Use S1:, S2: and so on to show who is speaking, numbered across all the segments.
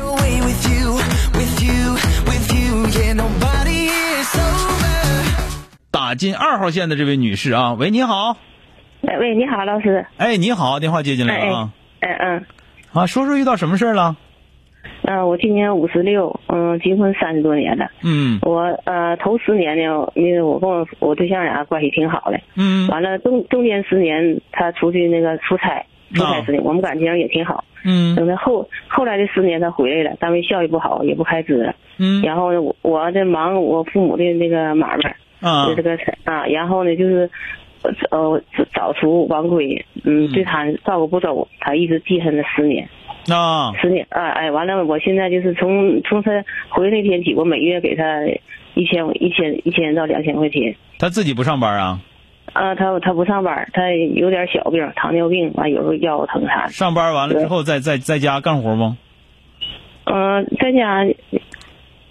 S1: away with you, with you, with you. Yeah, nobody is over.
S2: 打进二号线的这位女士啊，喂，你好，
S3: 哎喂，你好，老师。
S2: 哎，你好，电话接进来了啊，
S3: 哎嗯
S2: 啊，说说遇到什么事儿了？
S3: 嗯、呃我今年五十六，嗯，结婚三十多年了。
S2: 嗯
S3: 我呃头十年呢，因为我跟我我对象俩关系挺好的，
S2: 嗯
S3: 完了中中间十年他出去那个出差，出差十年，我们感情也挺好。
S2: 嗯
S3: 等他后后来的十年他回来了，单位效益不好，也不开支了。
S2: 嗯
S3: 然后呢，我我在忙我父母的那个买卖，
S2: 啊
S3: 就这个菜啊，然后呢就是。呃，早出晚归，嗯，
S2: 嗯
S3: 对他照顾不周，他一直记恨了十年。
S2: 啊
S3: 十年啊，哎，完了，我现在就是从从他回那天起，我每月给他一千一千一千到两千块钱。
S2: 他自己不上班啊？
S3: 啊，他他不上班，他有点小病，糖尿病，完、有时候腰疼啥的。
S2: 上班完了之后在在在家干活吗？
S3: 嗯、在家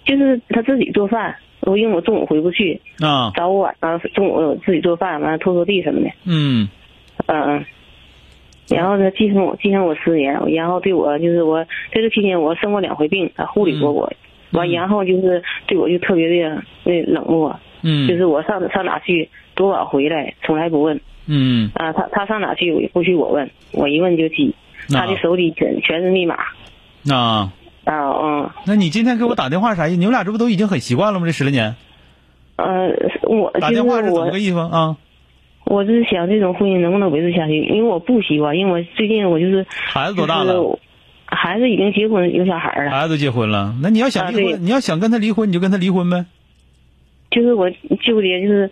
S3: 就是他自己做饭，我因为我中午回不去，
S2: 啊，
S3: 早晚啊中午自己做饭，完了拖拖地什么的。
S2: 嗯
S3: 嗯嗯。然后他记恨我，记恨我十年，然后对我就是我在这期间我生过两回病，他护理过我，完、
S2: 嗯
S3: 然后就是对我就特别的那冷漠，
S2: 嗯，
S3: 就是我上上哪去多晚回来从来不问
S2: 嗯，
S3: 啊，他他上哪去我也不许我问，我一问就急，他
S2: 那
S3: 的手里全全是密码
S2: 那
S3: 啊嗯
S2: 那你今天给我打电话啥意思？你们俩这不都已经很习惯了吗？这十来年
S3: 呃我
S2: 打
S3: 就
S2: 电话是
S3: 是
S2: 怎么
S3: 我
S2: 个意思啊？
S3: 我就是想这种婚姻能不能维持下去，因为我不希望，因为我最近我就是
S2: 孩子多大了？
S3: 就是孩子已经结婚有小孩了，
S2: 孩子都结婚了，那你要想离
S3: 啊对
S2: 婚，你要想跟他离婚，你就跟他离婚呗。
S3: 就是我纠结，就是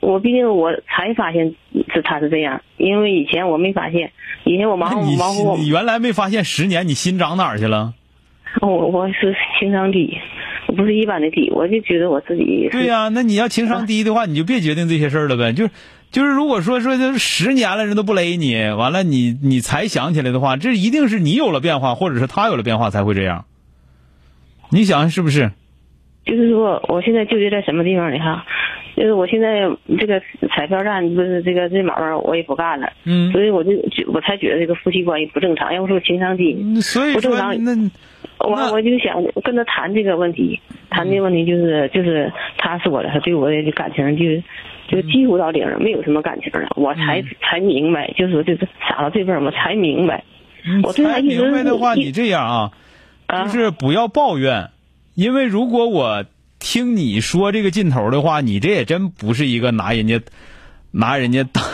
S3: 我毕竟我才发现是他是这样，因为以前我没发现，以前我
S2: 那
S3: 忙
S2: 你
S3: 忙活
S2: 心
S3: 我
S2: 你原来没发现十年你心长哪儿去了？
S3: 哦我我是情商低，我不是一般的低，我就觉得我自己是
S2: 对呀、那你要情商低的话，你就别决定这些事儿了
S3: 嗯
S2: 呗。就是就是，如果说说就是十年了，人都不勒你，完了你你才想起来的话，这一定是你有了变化，或者是他有了变化才会这样。你想是不是？
S3: 就是说我现在纠结在什么地方呢哈？就是我现在这个彩票站不是这个这买卖我也不干了，
S2: 嗯，
S3: 所以我就觉我才觉得这个夫妻关系不正常，要不说情商低，
S2: 那所以
S3: 不正
S2: 说
S3: 常
S2: 那
S3: 我
S2: 那嗯
S3: 我就想跟他谈这个问题，谈这个问题就是就是他说的，他对我的感情就是
S2: 嗯
S3: 就几乎到零了，没有什么感情了，我才、才明白，就是说就是傻到这份儿，我才明白
S2: 你
S3: 我对他
S2: 才
S3: 一直
S2: 明白的话，
S3: 一
S2: 你这样啊，
S3: 啊，
S2: 就是不要抱怨，因为如果我听你说这个劲头的话，你这也真不是一个拿人家拿人家当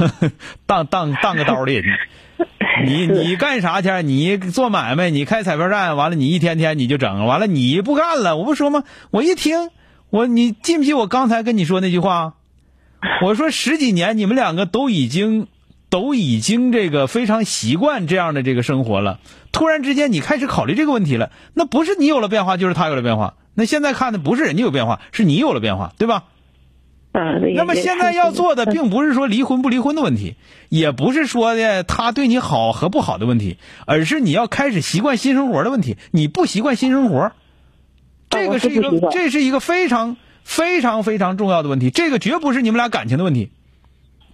S2: 当当当个刀的人。 你你干啥去？你做买卖，你开彩票站，完了你一天天你就整，完了你不干了，我不说吗？我一听，我你记不记我刚才跟你说那句话？我说十几年你们两个都已经都已经这个非常习惯这样的这个生活了，突然之间你开始考虑这个问题了，那不是你有了变化，就是他有了变化。那现在看的不是人家有变化，是你有了变化，对吧？
S3: 嗯，
S2: 那么现在要做的，
S3: 并。
S2: 并不是说离婚不离婚的问题，也不是说的他对你好和不好的问题，而是你要开始习惯新生活的问题。你不习惯新生活，这
S3: 啊我
S2: 个
S3: 是
S2: 是一
S3: 不习
S2: 个
S3: 惯
S2: 这是一个非常非常非常重要的问题。这个绝不是你们俩感情的问题，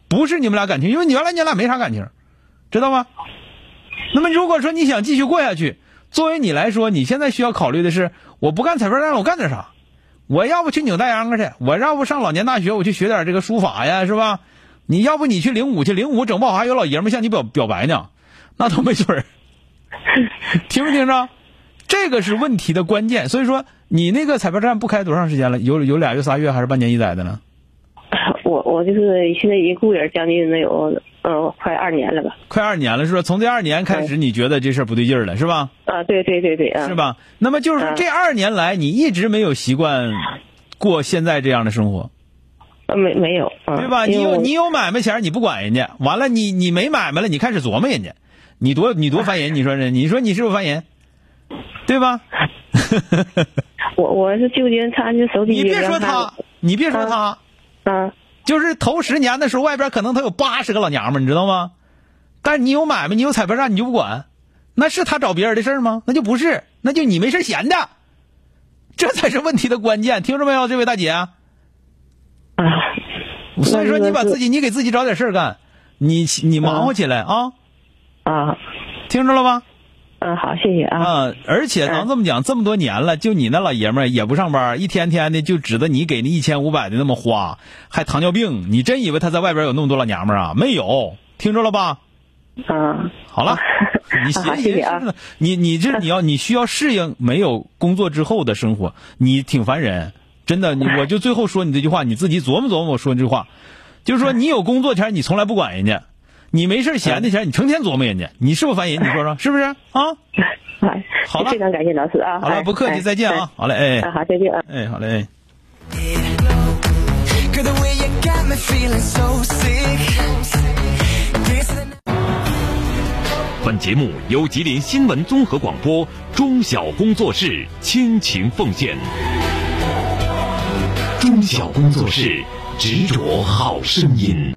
S2: 不是你们俩感情，因为你原来你俩没啥感情，知道吗？那么如果说你想继续过下去，作为你来说，你现在需要考虑的是，我不干彩票站了，我干点啥？我要不去扭大秧歌去，我要不上老年大学，我去学点这个书法呀，是吧？你要不你去领舞去，领舞整不好还有老爷们向你表表白呢，那都没准 儿。听没听着？这个是问题的关键。所以说，你那个彩票站不开多长时间了？有有俩月、仨月还是半年一载的了？
S3: 我我就是现在一雇人，将近能有呃快二年了吧？
S2: 快二年了，是吧？从这二年开始，你觉得这事儿不对劲儿了，是吧？
S3: 啊，对对对对啊，
S2: 是？吧？那么就是说，
S3: 嗯
S2: 这二年来你一直没有习惯过现在这样的生活。
S3: 啊、没没有，啊、
S2: 对吧？你
S3: 因为
S2: 有
S3: 我
S2: 你有买卖钱儿，你不管人家，完了你你没买卖了，你开始琢磨人家，你多你多烦人，你说人，你说你是不是烦人？对吧？
S3: 我我是纠结他就手底
S2: 你别说他，你别说他，
S3: 啊
S2: 就是头十年的时候，外边可能他有八十个老娘们儿，你知道吗？但是你有买卖，你有彩票站，你就不管，那是他找别人的事儿吗？那就不是，那就你没事闲的，这才是问题的关键，听着没有，这位大姐？
S3: 啊，
S2: 所以说，你把自己，你给自己找点事儿干，你你忙活起来啊，
S3: 啊，
S2: 听着了吧？
S3: 嗯，好，谢谢啊。
S2: 啊，而且咱这么讲，这么多年了，就你那老爷们儿也不上班，一天天的就指着你给那一千五百的那么花，还糖尿病，你真以为他在外边有那么多老娘们儿啊？没有，听着了吧？啊
S3: 嗯，
S2: 好 了，你
S3: 好
S2: 寻
S3: 谢
S2: 寻
S3: 谢啊
S2: 思，你你这你要你需要适应没有工作之后的生活，你挺烦人，真的。 你我就最后说你这句话，你自己琢磨琢磨我说这句话，就是说你有工作前你从来不管人家，你没事闲的前你成天琢磨人家，你是不是烦人？你说说是不是 啊？
S3: 哎，
S2: 好了
S3: 非常感谢老师啊。
S2: 好了，
S3: 哎
S2: 不客气，再见啊！！好嘞，
S3: 哎哎啊，
S2: 哎，
S3: 好，再见啊。
S2: 哎，好嘞，哎。
S1: Girl, the way you got me feeling so sick. This and
S4: 本节目由吉林新闻综合广播中小工作室倾情奉献。中小工作室执着好声音。